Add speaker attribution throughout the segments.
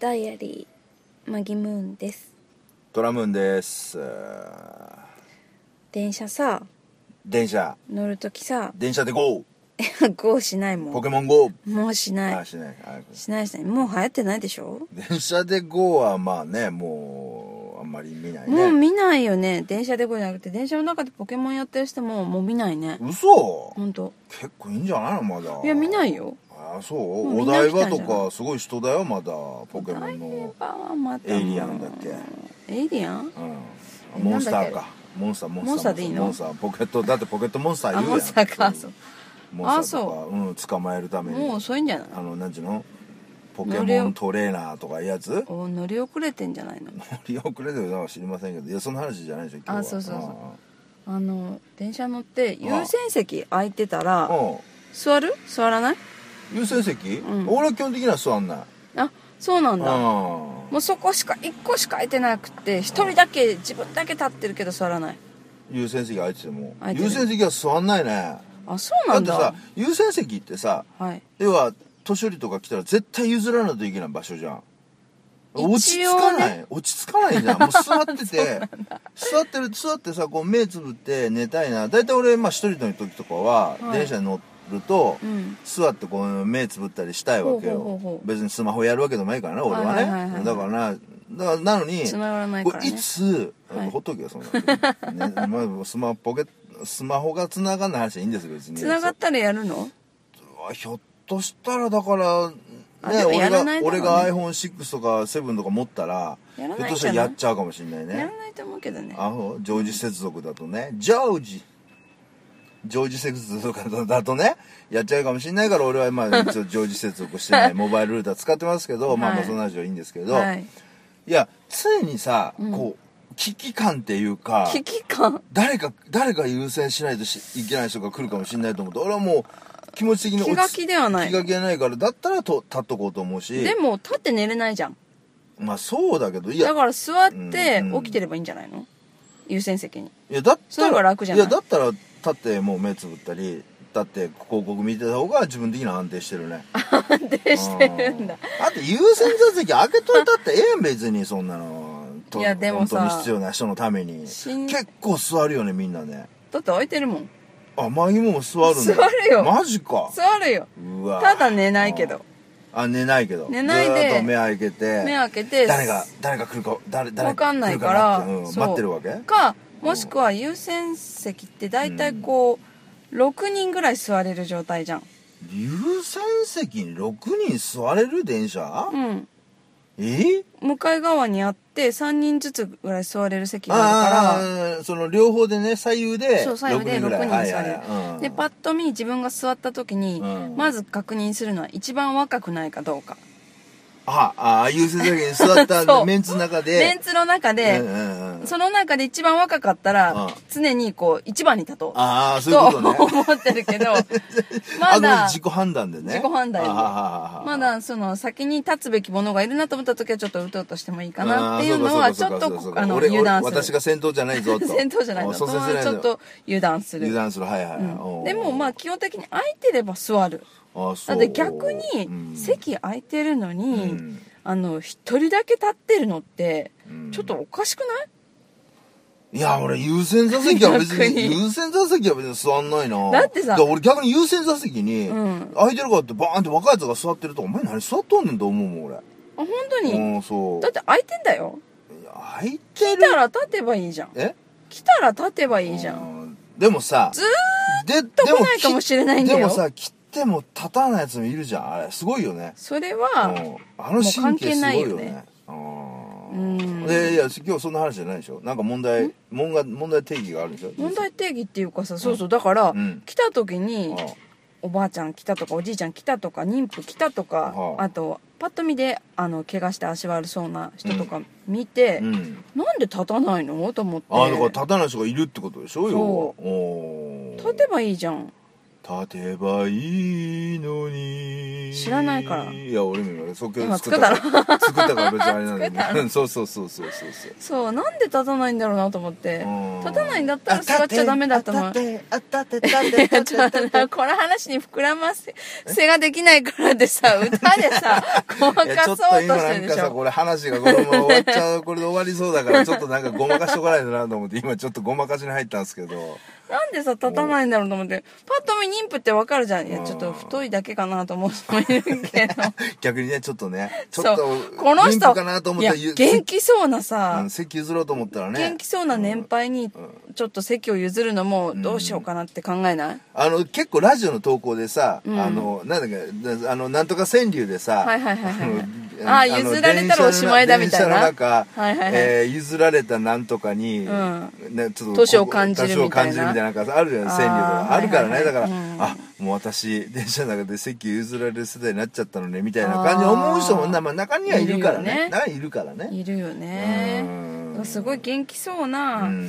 Speaker 1: ダイアリーマギムーンです
Speaker 2: ドラムーンです
Speaker 1: 電車さ
Speaker 2: 電車
Speaker 1: 乗る時さ
Speaker 2: 電車で GO
Speaker 1: ゴーしないも
Speaker 2: ポ
Speaker 1: ん
Speaker 2: ケモン GO
Speaker 1: もうしな
Speaker 2: あ
Speaker 1: い
Speaker 2: しないあ
Speaker 1: しないしないもう流行ってないでしょ
Speaker 2: 電車で GO はまあねもうあんまり見ない
Speaker 1: もう
Speaker 2: ね
Speaker 1: 見ないよね電車でこうじゃなくて電車の中でポケモンやってる人ももう見ないね
Speaker 2: 嘘
Speaker 1: ほんと
Speaker 2: 結構いいんじゃないのまだ
Speaker 1: いや見ないよ
Speaker 2: あそうう
Speaker 1: み
Speaker 2: お
Speaker 1: んな来
Speaker 2: 台
Speaker 1: た
Speaker 2: 場
Speaker 1: んじゃ
Speaker 2: と
Speaker 1: ない
Speaker 2: かすごい人だよまだポケモンの
Speaker 1: パワーまた
Speaker 2: エイリアンだっけ
Speaker 1: エイリアン
Speaker 2: うんモンスターかモンスターモンスター
Speaker 1: モンスターでいいの
Speaker 2: モンスターポケットだってポケットモンスターいるやん
Speaker 1: あモンスターかそう
Speaker 2: モンスターとかうん捕まえるために
Speaker 1: もう遅いんじゃない
Speaker 2: あの何ちゅうのポケ
Speaker 1: 乗れ
Speaker 2: モ
Speaker 1: よ
Speaker 2: ントレーナーとかいうやつ
Speaker 1: お乗り遅れてんじゃないの
Speaker 2: 利用くれてるのは知りませんけどいやその話じゃないでしょ今日は
Speaker 1: あそうそうあの電車乗って優先席空いてた
Speaker 2: う
Speaker 1: ら
Speaker 2: んうん
Speaker 1: 座る座らない
Speaker 2: 優先席、
Speaker 1: うん
Speaker 2: 俺は基本的には座んない
Speaker 1: あそうなん
Speaker 2: うん
Speaker 1: だもうそこしか1個しか空いてなくて1人だけ自分だけ立ってるけど座らない
Speaker 2: 優先席空いてても
Speaker 1: 空いてる
Speaker 2: 優先席は座んないね
Speaker 1: あそう
Speaker 2: だ
Speaker 1: な
Speaker 2: っ
Speaker 1: ん
Speaker 2: て
Speaker 1: だ
Speaker 2: さ優先席ってさ
Speaker 1: はい
Speaker 2: 要は年寄りとか来たら絶対譲らないといけない場所じゃん
Speaker 1: 一応ね
Speaker 2: 落ち着かない、落ち着かないじ ゃんもう座ってて座ってる座ってさこう目つぶって寝たいな大体俺まあ一人の時とかは
Speaker 1: はい
Speaker 2: 電車に乗ると、
Speaker 1: うん
Speaker 2: 座ってこう目つぶったりしたいわけ
Speaker 1: ほうほうほう
Speaker 2: よ
Speaker 1: ほう
Speaker 2: 別にスマホやるわけでもないからな俺は
Speaker 1: はい
Speaker 2: ね、
Speaker 1: はいはいはい
Speaker 2: だからなだからなのに
Speaker 1: つながらないからね
Speaker 2: これいつ、
Speaker 1: はい
Speaker 2: ほっとけよそんなの、ねまあ、スマホポケスマホが繋がんない話はいいんですよ別に
Speaker 1: つながったらやるの
Speaker 2: あひょっとしたらだから
Speaker 1: あ
Speaker 2: ね
Speaker 1: でもやら
Speaker 2: 俺が
Speaker 1: ないだろうね
Speaker 2: 俺が iPhone6 とか7とか持ったら
Speaker 1: やらないんじゃない
Speaker 2: ひょっとしたらやっちゃうかもしれない
Speaker 1: や
Speaker 2: ね
Speaker 1: らないと思うけどね
Speaker 2: あほジョージ接続だとねジョージジョージ接続とかだとねやっちゃうかもしれないから俺はま あ一応ジョージ接続してないモバイルルーター使ってますけど、まあま
Speaker 1: はい
Speaker 2: あそんな話はいいんですけど、、
Speaker 1: はいい
Speaker 2: や常にさ、こう危機感っていうか
Speaker 1: 危機感
Speaker 2: 誰か誰か優先しないとしいけない人が来るかもしれないと思って俺はもう気持ち的に
Speaker 1: 気が気ではない
Speaker 2: 気が気はないからだったらと立っとこうと思うし
Speaker 1: でも立って寝れないじゃん
Speaker 2: まあそうだけどいや
Speaker 1: だから座って
Speaker 2: うん
Speaker 1: 起きてればいいんじゃないの優先席に
Speaker 2: いやだっ
Speaker 1: そういう
Speaker 2: た
Speaker 1: の
Speaker 2: ら
Speaker 1: が楽じゃない
Speaker 2: やだったら立ってもう目つぶったり立って広告見てた方が自分的には安定してるね
Speaker 1: 安定してるんだ
Speaker 2: うんだって優先座席開けといたってええやん別にそんなのと
Speaker 1: いやでもさ
Speaker 2: 本当に必要な人のために
Speaker 1: しん
Speaker 2: 結構座るよねみんなね
Speaker 1: だって空いてるもん
Speaker 2: あマギも座るんだ
Speaker 1: 座るよ
Speaker 2: マジか
Speaker 1: 座るよ
Speaker 2: うわ
Speaker 1: ただ寝ないけど
Speaker 2: あ寝ないけど
Speaker 1: 寝ないで
Speaker 2: ずーっと目開けて
Speaker 1: 目開けて
Speaker 2: 誰が誰が来るか誰誰
Speaker 1: わかんないから
Speaker 2: 来るかなってうん
Speaker 1: そう
Speaker 2: 待ってるわけ
Speaker 1: かもしくは優先席って大体こう6人ぐらい座れる状態じゃん
Speaker 2: 優先席に6人座れる電車、
Speaker 1: うん
Speaker 2: え
Speaker 1: 向かい側にあって3人ずつぐらい座れる席があるか
Speaker 2: ああその両方でね左右で
Speaker 1: らそう左右で
Speaker 2: 6ぐら
Speaker 1: 6
Speaker 2: い
Speaker 1: 人座
Speaker 2: はいはいは
Speaker 1: れ
Speaker 2: いうん
Speaker 1: るでパッと見自分が座った時に
Speaker 2: うん
Speaker 1: まず確認するのは一番若くないかどうか
Speaker 2: ああ優先席に座っ
Speaker 1: そ
Speaker 2: た
Speaker 1: う
Speaker 2: メンツの中で
Speaker 1: メンツの中
Speaker 2: うんう
Speaker 1: で
Speaker 2: んうん
Speaker 1: その中で一番若かったら
Speaker 2: うん
Speaker 1: 常にこう一番に立とう
Speaker 2: ああそういう
Speaker 1: と
Speaker 2: ことね
Speaker 1: 思ってる けど
Speaker 2: あ
Speaker 1: ま
Speaker 2: の
Speaker 1: だ
Speaker 2: 自己判断でね
Speaker 1: 自己判断で
Speaker 2: あはははは
Speaker 1: まだその先に立つべきものがいるなと思った時はちょっとうとうとしてもいいかなっていうの
Speaker 2: あ
Speaker 1: は
Speaker 2: ー
Speaker 1: ち
Speaker 2: そ
Speaker 1: ょっ
Speaker 2: かそかそ
Speaker 1: と
Speaker 2: か
Speaker 1: あの
Speaker 2: 俺
Speaker 1: 油断
Speaker 2: 俺
Speaker 1: す
Speaker 2: 私
Speaker 1: る
Speaker 2: が先頭じゃないぞと
Speaker 1: 先頭じゃないの
Speaker 2: あ
Speaker 1: と
Speaker 2: そう
Speaker 1: ち
Speaker 2: 先頭じゃない
Speaker 1: ょっと油断す
Speaker 2: 油
Speaker 1: る
Speaker 2: 断するはいはい、
Speaker 1: うん
Speaker 2: おうおう
Speaker 1: でもまあ基本的に空いてれば座る
Speaker 2: あそ
Speaker 1: だ
Speaker 2: う
Speaker 1: って逆
Speaker 2: うん
Speaker 1: に席空いてるのに、
Speaker 2: うん
Speaker 1: あの一人だけ立ってるのって
Speaker 2: うん
Speaker 1: ちょっとおかしくない、
Speaker 2: いや俺優先座席は別
Speaker 1: 逆
Speaker 2: に
Speaker 1: に
Speaker 2: 優先座席は別に座んないな
Speaker 1: だってさ
Speaker 2: から俺逆に優先座席に
Speaker 1: うん
Speaker 2: 空いてるからってバーンって若いやつが座ってるとお前何座っとんねんと思うもん俺
Speaker 1: あ本当に、
Speaker 2: うんそう
Speaker 1: だって空いてんだよ
Speaker 2: いや空いて
Speaker 1: 来
Speaker 2: る
Speaker 1: たら立てばいいじゃん
Speaker 2: え
Speaker 1: 来たら立てばいいじゃん
Speaker 2: うんでもさ
Speaker 1: ず
Speaker 2: で
Speaker 1: と
Speaker 2: でも
Speaker 1: 来ないかもしれないんだよ
Speaker 2: でもさ切っても立たないやつもいるじゃんあれすごいよね
Speaker 1: それ
Speaker 2: うん
Speaker 1: は
Speaker 2: あの神経すごいよ
Speaker 1: もう関係ないよ
Speaker 2: ね
Speaker 1: ね。
Speaker 2: うん
Speaker 1: うん
Speaker 2: いやいや今日そんな話じゃないでしょなんか問題問題問題定義があるでしょ
Speaker 1: 問題定義っていうかさそうそうだから、
Speaker 2: うん
Speaker 1: 来た時に、
Speaker 2: あ
Speaker 1: おばあちゃん来たとかおじいちゃん来たとか妊婦来たとか、
Speaker 2: はあ
Speaker 1: あとパッと見であの怪我して足悪そうな人とか見て、
Speaker 2: うん
Speaker 1: なんで立たないのと思って
Speaker 2: あだから立たない人がいるってことでしょよ
Speaker 1: そ
Speaker 2: おー
Speaker 1: 立てばいいじゃん
Speaker 2: 立てばいいのに
Speaker 1: 知らないから
Speaker 2: いや俺も今即興で
Speaker 1: 今
Speaker 2: 作ったから作ったから別にあれなんだけど、 ね、そうそうそうそうそうそう
Speaker 1: そうなんで立たないんだろうなと思って
Speaker 2: うん
Speaker 1: 立たないんだったら座っちゃダメだと思う
Speaker 2: あ立てあ立て
Speaker 1: い
Speaker 2: 立て
Speaker 1: や
Speaker 2: 立
Speaker 1: ち
Speaker 2: て
Speaker 1: ょ
Speaker 2: 立
Speaker 1: っと
Speaker 2: て
Speaker 1: なこの話に膨らませせができないからでさ歌でさごま
Speaker 2: いや
Speaker 1: か
Speaker 2: ちょ
Speaker 1: そ
Speaker 2: っ
Speaker 1: う
Speaker 2: と
Speaker 1: として
Speaker 2: 今なん
Speaker 1: る
Speaker 2: か
Speaker 1: でし
Speaker 2: さ
Speaker 1: ょ
Speaker 2: これ話がこのまま終わっちゃうこれで終わりそうだからちょっとなんかごまかしとかないとなと思って今ちょっとごまかしに入ったんですけど
Speaker 1: なんでさ立たないんだろうと思ってパッと見妊婦ってわかるじゃんいや
Speaker 2: うん
Speaker 1: ちょっと太いだけかなと思う人もい るけど
Speaker 2: 逆にねちょっとねちょ
Speaker 1: そ
Speaker 2: っ
Speaker 1: う
Speaker 2: と
Speaker 1: この
Speaker 2: 妊婦
Speaker 1: 人
Speaker 2: かなと思っ
Speaker 1: い
Speaker 2: た
Speaker 1: や
Speaker 2: らゆ
Speaker 1: 元気そうな
Speaker 2: う
Speaker 1: さ
Speaker 2: ん、席譲ろうと思ったらね
Speaker 1: 元気そうな年配にちょっと席を譲るのもどうしようかなって考えない、
Speaker 2: あの結構ラジオの投稿でさ、
Speaker 1: うん
Speaker 2: あのなんだっけなあのなんとか川柳でさ、
Speaker 1: はいはいはいはいはい
Speaker 2: の
Speaker 1: あ
Speaker 2: の
Speaker 1: 譲られたらおしまいだみたいな
Speaker 2: 電車の中、
Speaker 1: はいはいはい
Speaker 2: えー譲られたなんとかに、
Speaker 1: ん
Speaker 2: ねちょっと
Speaker 1: 年を感じるみたいな
Speaker 2: 年を感じるみたいな感じあるじゃない川柳とかあ,、
Speaker 1: あー
Speaker 2: るからね、
Speaker 1: はいはい
Speaker 2: だ
Speaker 1: はい
Speaker 2: から、
Speaker 1: うん
Speaker 2: あもう私電車の中で席譲られる世代になっちゃったのねみたいな感じで思う人もな、まあ、中にはいるからね
Speaker 1: いるよね
Speaker 2: 中にいるからね
Speaker 1: いるよね
Speaker 2: うん
Speaker 1: すごい元気そう
Speaker 2: う
Speaker 1: なん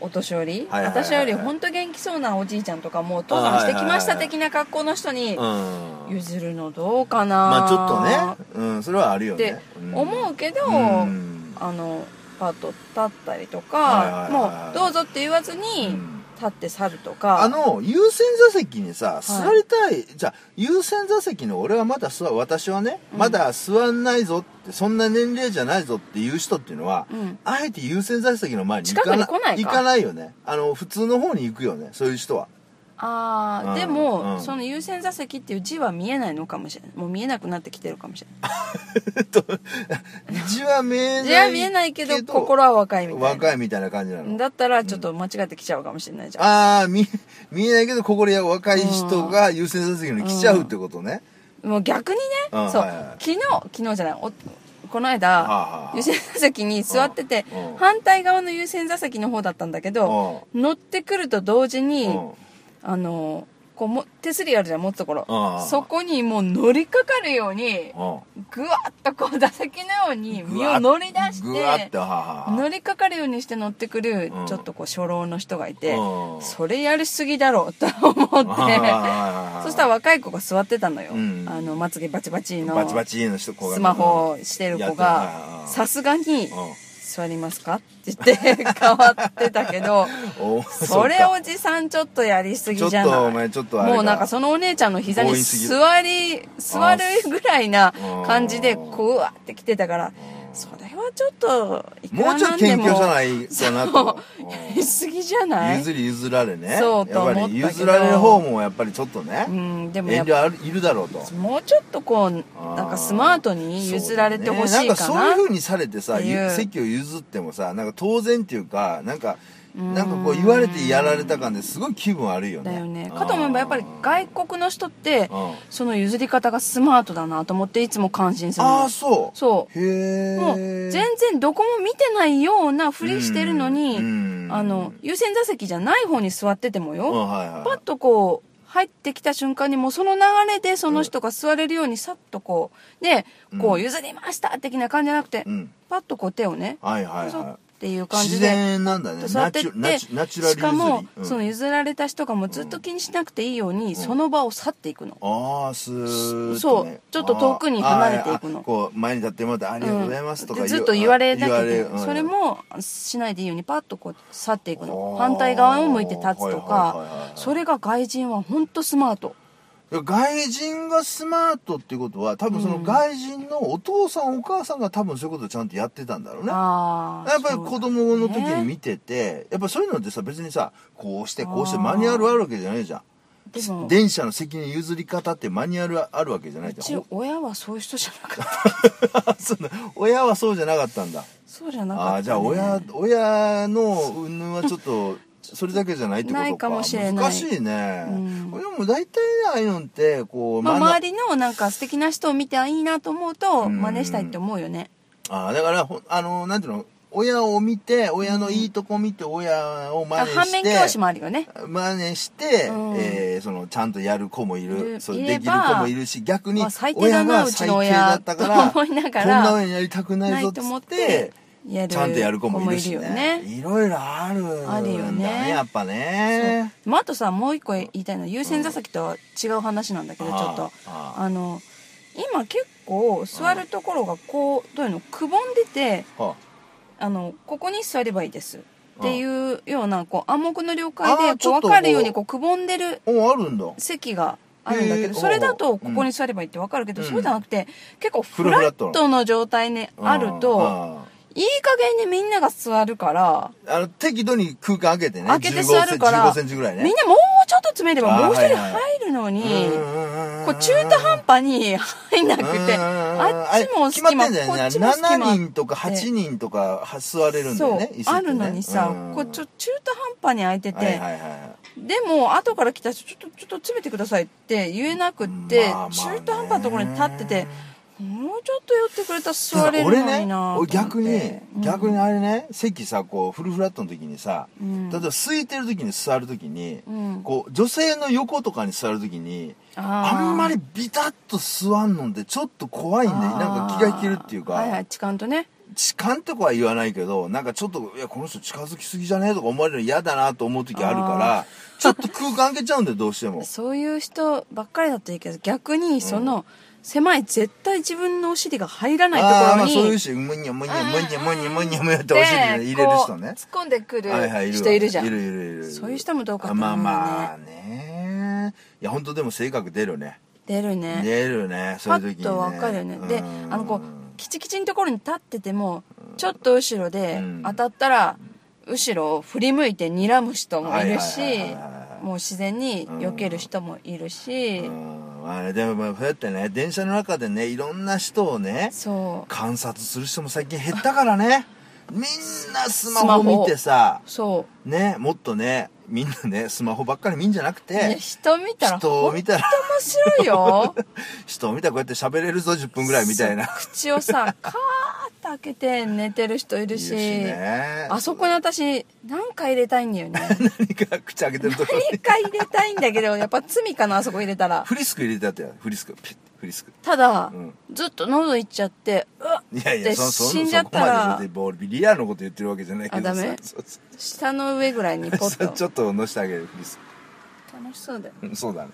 Speaker 1: お年寄り、
Speaker 2: はいはいはいはい
Speaker 1: 私より本当元気そうなおじいちゃんとかもう登山してきました的な格好の人に
Speaker 2: うん
Speaker 1: 譲るのどうかな
Speaker 2: まあちょっとね、うん、それはあるよ
Speaker 1: っ
Speaker 2: ね
Speaker 1: て
Speaker 2: うん
Speaker 1: 思うけど、
Speaker 2: うん
Speaker 1: あのパッと立ったりと
Speaker 2: は
Speaker 1: か、
Speaker 2: いはいはいはい
Speaker 1: もうどうぞって言わずに
Speaker 2: うん
Speaker 1: 立って去るとか、
Speaker 2: あの優先座席にさ座りたい、じゃあ優先座席の俺はまだ座私はね、
Speaker 1: うん
Speaker 2: まだ座んないぞってそんな年齢じゃないぞっていう人っていうのは、
Speaker 1: うん
Speaker 2: あえて優先座席の前に行
Speaker 1: 近く
Speaker 2: か
Speaker 1: に
Speaker 2: な
Speaker 1: 来ないか
Speaker 2: 行かないよねあの普通の方に行くよねそうい う人は
Speaker 1: あー、
Speaker 2: うん
Speaker 1: でも、
Speaker 2: うん
Speaker 1: その優先座席っていう字は見えないのかもしれないもう見えなくなってきてるかもしれない
Speaker 2: 字は見えない
Speaker 1: 字は見えないけど心は若いみたいな
Speaker 2: 若いみたいな感じなの
Speaker 1: だったらちょっと間違ってきちゃうかもしれないじゃん、
Speaker 2: ああ見見えないけど心や若い人が優先座席に来ちゃうってことね、
Speaker 1: もう逆にね、
Speaker 2: うん
Speaker 1: そう、
Speaker 2: はいはい
Speaker 1: 昨日昨日じゃないおこの
Speaker 2: はあ
Speaker 1: 間
Speaker 2: はあ
Speaker 1: 優先座席に座ってて
Speaker 2: うんうん
Speaker 1: 反対側の優先座席の方だったんだけど乗ってくると同時に
Speaker 2: うんうん
Speaker 1: あのこうも手すりあるじゃん持つとこ
Speaker 2: あ
Speaker 1: ろ
Speaker 2: あ
Speaker 1: そこにもう乗りかかるように
Speaker 2: うん
Speaker 1: ぐわっとこう打席のように身を乗り出して
Speaker 2: ぐわってははは
Speaker 1: 乗りかかるようにして乗ってくる
Speaker 2: うん
Speaker 1: ちょっとこう初老の人がいて
Speaker 2: うん
Speaker 1: それやりすぎだろうと思ってそしたら
Speaker 2: ら
Speaker 1: 若い子が座ってたのよ
Speaker 2: うん
Speaker 1: あのまつげバチバチの
Speaker 2: バチバチの人子が
Speaker 1: スマホをしてる子
Speaker 2: やってたな
Speaker 1: がさすがに
Speaker 2: うん
Speaker 1: 座りますかって言って 変わってたけど
Speaker 2: お
Speaker 1: それ
Speaker 2: う
Speaker 1: おじさんちょっとやりす
Speaker 2: かちょ
Speaker 1: ぎ
Speaker 2: っ
Speaker 1: じゃない
Speaker 2: とお前ちょっとあれか
Speaker 1: もうなんかそのお姉ちゃんの膝に
Speaker 2: 強引すぎる
Speaker 1: 座り座るぐらいな
Speaker 2: ー
Speaker 1: 感じでこううわって来てたからそれはちょっといく
Speaker 2: も
Speaker 1: ら
Speaker 2: うちょっ
Speaker 1: な
Speaker 2: と
Speaker 1: んで
Speaker 2: 謙
Speaker 1: も
Speaker 2: 虚じゃないとなと
Speaker 1: そうやりすぎじゃ
Speaker 2: うん
Speaker 1: ない
Speaker 2: 譲り譲られね
Speaker 1: そうと思ったけど
Speaker 2: やっぱり譲られる方もやっぱりちょっとね
Speaker 1: うんでもや
Speaker 2: 遠
Speaker 1: っぱ
Speaker 2: 慮あるいるだろうと
Speaker 1: もうちょっとこう
Speaker 2: あー
Speaker 1: なんかスマートに譲られてほしいか
Speaker 2: そうだねんかそうい
Speaker 1: な
Speaker 2: う風にされてさ
Speaker 1: っていう
Speaker 2: ゆ席を譲ってもさなんか当然っていうかなんか
Speaker 1: ん
Speaker 2: なんかこう言われてやられた感ですごい気分悪いよね
Speaker 1: だよねかと思えばやっぱり外国の人って
Speaker 2: うん
Speaker 1: その譲り方がスマートだなと思っていつも感心する
Speaker 2: あ
Speaker 1: の
Speaker 2: あそう
Speaker 1: そう
Speaker 2: へえ
Speaker 1: もう全然どこも見てないようなふりしてるのに、
Speaker 2: うん
Speaker 1: あの優先座席じゃない方に座ってても
Speaker 2: う
Speaker 1: よ、
Speaker 2: んはいはい
Speaker 1: パッとこう入ってきた瞬間にもうその流れでその人が座れるようにさっとこうでこ
Speaker 2: う
Speaker 1: う譲りました的な感じじゃなくて、
Speaker 2: うん
Speaker 1: パッとこう手をね、
Speaker 2: はいはい
Speaker 1: そ
Speaker 2: は
Speaker 1: っていう
Speaker 2: い
Speaker 1: 感
Speaker 2: 自
Speaker 1: じで。
Speaker 2: 然なんだね
Speaker 1: 座っ
Speaker 2: ナ
Speaker 1: て
Speaker 2: チ
Speaker 1: っ
Speaker 2: ュナ
Speaker 1: て
Speaker 2: チュナチュラル
Speaker 1: しかも、
Speaker 2: 譲り
Speaker 1: その譲られた人がもうずっと気にしなくていいように、その場を去っていくの、
Speaker 2: ああスーッと
Speaker 1: そ
Speaker 2: ね
Speaker 1: うちょっと遠くに離れていく
Speaker 2: あー
Speaker 1: の
Speaker 2: あーこう前に立ってもらってありがとうございますと
Speaker 1: うん
Speaker 2: か
Speaker 1: でずっと言われなきゃいけ
Speaker 2: 言わ
Speaker 1: な
Speaker 2: れ
Speaker 1: い
Speaker 2: うん
Speaker 1: それもしないでいいようにパッとこう去っていくの
Speaker 2: あー
Speaker 1: 反対側を向いて立つと
Speaker 2: はいはいはいは
Speaker 1: か
Speaker 2: い
Speaker 1: それが外人は本当スマート
Speaker 2: 外人がスマートっていうことは多分その外人のお父さんお母さんが多分そういうことをちゃんとやってたんだろうね
Speaker 1: ああ
Speaker 2: やっぱり子供の時に
Speaker 1: ね
Speaker 2: 見てて、やっぱそういうのってさ別にさこうしてこうして
Speaker 1: あー
Speaker 2: マニュアルあるわけじゃないじゃん
Speaker 1: でも
Speaker 2: 電車の責任譲り方ってマニュアルあるわけじゃないうじゃ
Speaker 1: ち
Speaker 2: ん
Speaker 1: 親はそういう人じゃな かった
Speaker 2: そんな親はそうじゃなかったんだ
Speaker 1: そうじゃなかった、
Speaker 2: あ
Speaker 1: ね、
Speaker 2: あーじゃあ親親の云々はちょっとそれだけじゃないってことか
Speaker 1: ないかもしれない
Speaker 2: 難しいね、
Speaker 1: うん
Speaker 2: これでも大体ねああいうのってこう、
Speaker 1: まあ、
Speaker 2: マナー
Speaker 1: 周りのなんか素敵な人を見てあいいなと思うと
Speaker 2: うん
Speaker 1: 真似したいって思うよね
Speaker 2: ああだからほんあのなんていうの親を見て親のいいとこ見て親を真
Speaker 1: あ
Speaker 2: 似して
Speaker 1: 反面教師もあるよね
Speaker 2: 真似して、
Speaker 1: うん
Speaker 2: えーそのちゃんとやる子もい
Speaker 1: い
Speaker 2: る
Speaker 1: る
Speaker 2: そう
Speaker 1: い
Speaker 2: で
Speaker 1: れ
Speaker 2: きる
Speaker 1: ば
Speaker 2: 子もいるし逆に
Speaker 1: まあ最低だ
Speaker 2: 親
Speaker 1: な
Speaker 2: が
Speaker 1: うち
Speaker 2: 最
Speaker 1: の
Speaker 2: 低
Speaker 1: 親
Speaker 2: だったから
Speaker 1: と思いながら
Speaker 2: こんな親になりたくないぞっ
Speaker 1: な
Speaker 2: つっ
Speaker 1: いと思っててやる
Speaker 2: ちゃんとやる子もいるし
Speaker 1: 子もいるよ
Speaker 2: ね
Speaker 1: ね
Speaker 2: いろいろあるんだ
Speaker 1: あるよね
Speaker 2: やっぱね
Speaker 1: まあ、あとさもう一個言いたいのは優先座席とは違う話なんだけど、
Speaker 2: うん
Speaker 1: ちょっと
Speaker 2: あ
Speaker 1: あ
Speaker 2: あ
Speaker 1: の今結構座るところがこう、どういうのくぼんでて
Speaker 2: は
Speaker 1: あのここに座ればいいですっていうようなこう暗黙の了解
Speaker 2: あ
Speaker 1: で
Speaker 2: ーちょ
Speaker 1: こ
Speaker 2: っ
Speaker 1: う
Speaker 2: と
Speaker 1: 分かるようにこうくぼんでる
Speaker 2: あおあるんだ
Speaker 1: 席があるんだけ
Speaker 2: へー
Speaker 1: どそれだ
Speaker 2: お
Speaker 1: と
Speaker 2: う
Speaker 1: ここに座ればいいって分かるけど、
Speaker 2: うん
Speaker 1: そうじゃなくて結構フ
Speaker 2: フルフラ
Speaker 1: ラ
Speaker 2: ット
Speaker 1: ッ
Speaker 2: な
Speaker 1: トの状態に、あると
Speaker 2: あ
Speaker 1: いい加減にみんなが座るから。
Speaker 2: ああの適度に空間開けてね
Speaker 1: 開けて座るから
Speaker 2: 15センチぐらいね
Speaker 1: みんなもうちょっと詰めればもう一
Speaker 2: あー
Speaker 1: 人
Speaker 2: はいはい
Speaker 1: 入るのに、こう
Speaker 2: う
Speaker 1: 中途半端に 入んなくて、あっちも隙間、
Speaker 2: 決まってんだよね
Speaker 1: こっちも隙間。
Speaker 2: 7人とか8人とかは座れるんだ
Speaker 1: そ
Speaker 2: よ
Speaker 1: う、
Speaker 2: ね椅子ってね
Speaker 1: あるのにさ、
Speaker 2: うん
Speaker 1: こうちょ中途半端に空いてて、
Speaker 2: はいはいは
Speaker 1: でも後から来た人ちょっとちょっと詰めてくださいって言えなくって、
Speaker 2: まあまあね
Speaker 1: 中途半端なところに立っててもうちょっと寄ってくれたら
Speaker 2: いだ
Speaker 1: 座
Speaker 2: か
Speaker 1: れる
Speaker 2: ら
Speaker 1: の
Speaker 2: 俺
Speaker 1: に
Speaker 2: ね
Speaker 1: な
Speaker 2: 俺逆に、逆に
Speaker 1: あ
Speaker 2: あれね席さこうフルフラットの時にさ、
Speaker 1: うん
Speaker 2: 例えば空いてる時に座る時に、
Speaker 1: うん
Speaker 2: こう女性の横とかに座る時に
Speaker 1: あ
Speaker 2: あんま
Speaker 1: ー
Speaker 2: りビタッと座んのってちょっと怖いんでなんか気が引けるっていうか、
Speaker 1: はいはい痴漢とね
Speaker 2: 痴漢とかは言わないけどなんかちょっといやこの人近づきすぎじゃねえとか思われるの嫌だなと思う時あるからちょっと空間開けちゃうんだよどうしても
Speaker 1: そういう人ばっかりだといいけど逆にその狭い絶対自分のお尻が入らないとこ
Speaker 2: ああーま
Speaker 1: ろ
Speaker 2: あ
Speaker 1: に
Speaker 2: そういうしむにゃむにゃむにゃむにゃむにゃむにゃってお尻に入れる人ね
Speaker 1: でこう突っ込んでくる
Speaker 2: はいはいいるわ
Speaker 1: 人いるじゃん、
Speaker 2: いるいるいる
Speaker 1: そういう人もどうかと
Speaker 2: あ
Speaker 1: 思うね
Speaker 2: まあまあねいや本当でも性格出るね
Speaker 1: 出るね
Speaker 2: 出るねそう
Speaker 1: パ
Speaker 2: いう時に、
Speaker 1: ッ
Speaker 2: ね、
Speaker 1: とわかるよねで
Speaker 2: う
Speaker 1: あ
Speaker 2: ん
Speaker 1: のこうキチキチのところに立っててもちょっと後ろで
Speaker 2: うん
Speaker 1: 当たったら後ろを振り向いて睨む人もいるし
Speaker 2: はいはいはいはいはい
Speaker 1: もう自然に避ける人もいるし、
Speaker 2: うんまあねでもまあそうやってね電車の中でねいろんな人をね
Speaker 1: そう
Speaker 2: 観察する人も最近減ったか らねみんなスマホ見てさ
Speaker 1: そう
Speaker 2: ねもっとねみんなねスマホばっかり見んじゃなく
Speaker 1: いや
Speaker 2: て
Speaker 1: 人見たら
Speaker 2: 人を
Speaker 1: 本
Speaker 2: 見たら
Speaker 1: 当面白いよ
Speaker 2: 人を見たらこうやって喋れるぞ10分ぐらいみたいな
Speaker 1: そう口を さカーッと開けて寝てる人いるし
Speaker 2: いるしね
Speaker 1: あそこに私何か入れたいんだよね
Speaker 2: 何か口開けてるとこ
Speaker 1: 何か入れたいんだけどやっぱ罪かなあそこ入れたら
Speaker 2: フリスク入れてあったよフリスクピッフリスク
Speaker 1: ただ、
Speaker 2: うん
Speaker 1: ずっと喉いっちゃってうわ
Speaker 2: いやいや
Speaker 1: で
Speaker 2: そそ
Speaker 1: 死んじゃった
Speaker 2: そこま
Speaker 1: ら
Speaker 2: で別にボールリアルのこと言ってるわけじゃないけど
Speaker 1: あダメ
Speaker 2: そうそう
Speaker 1: 下の上ぐらいにポ
Speaker 2: そう
Speaker 1: ッ
Speaker 2: ち
Speaker 1: と
Speaker 2: ょっと乗せてあげるフリス
Speaker 1: 楽しそうだよ
Speaker 2: クうんそうだね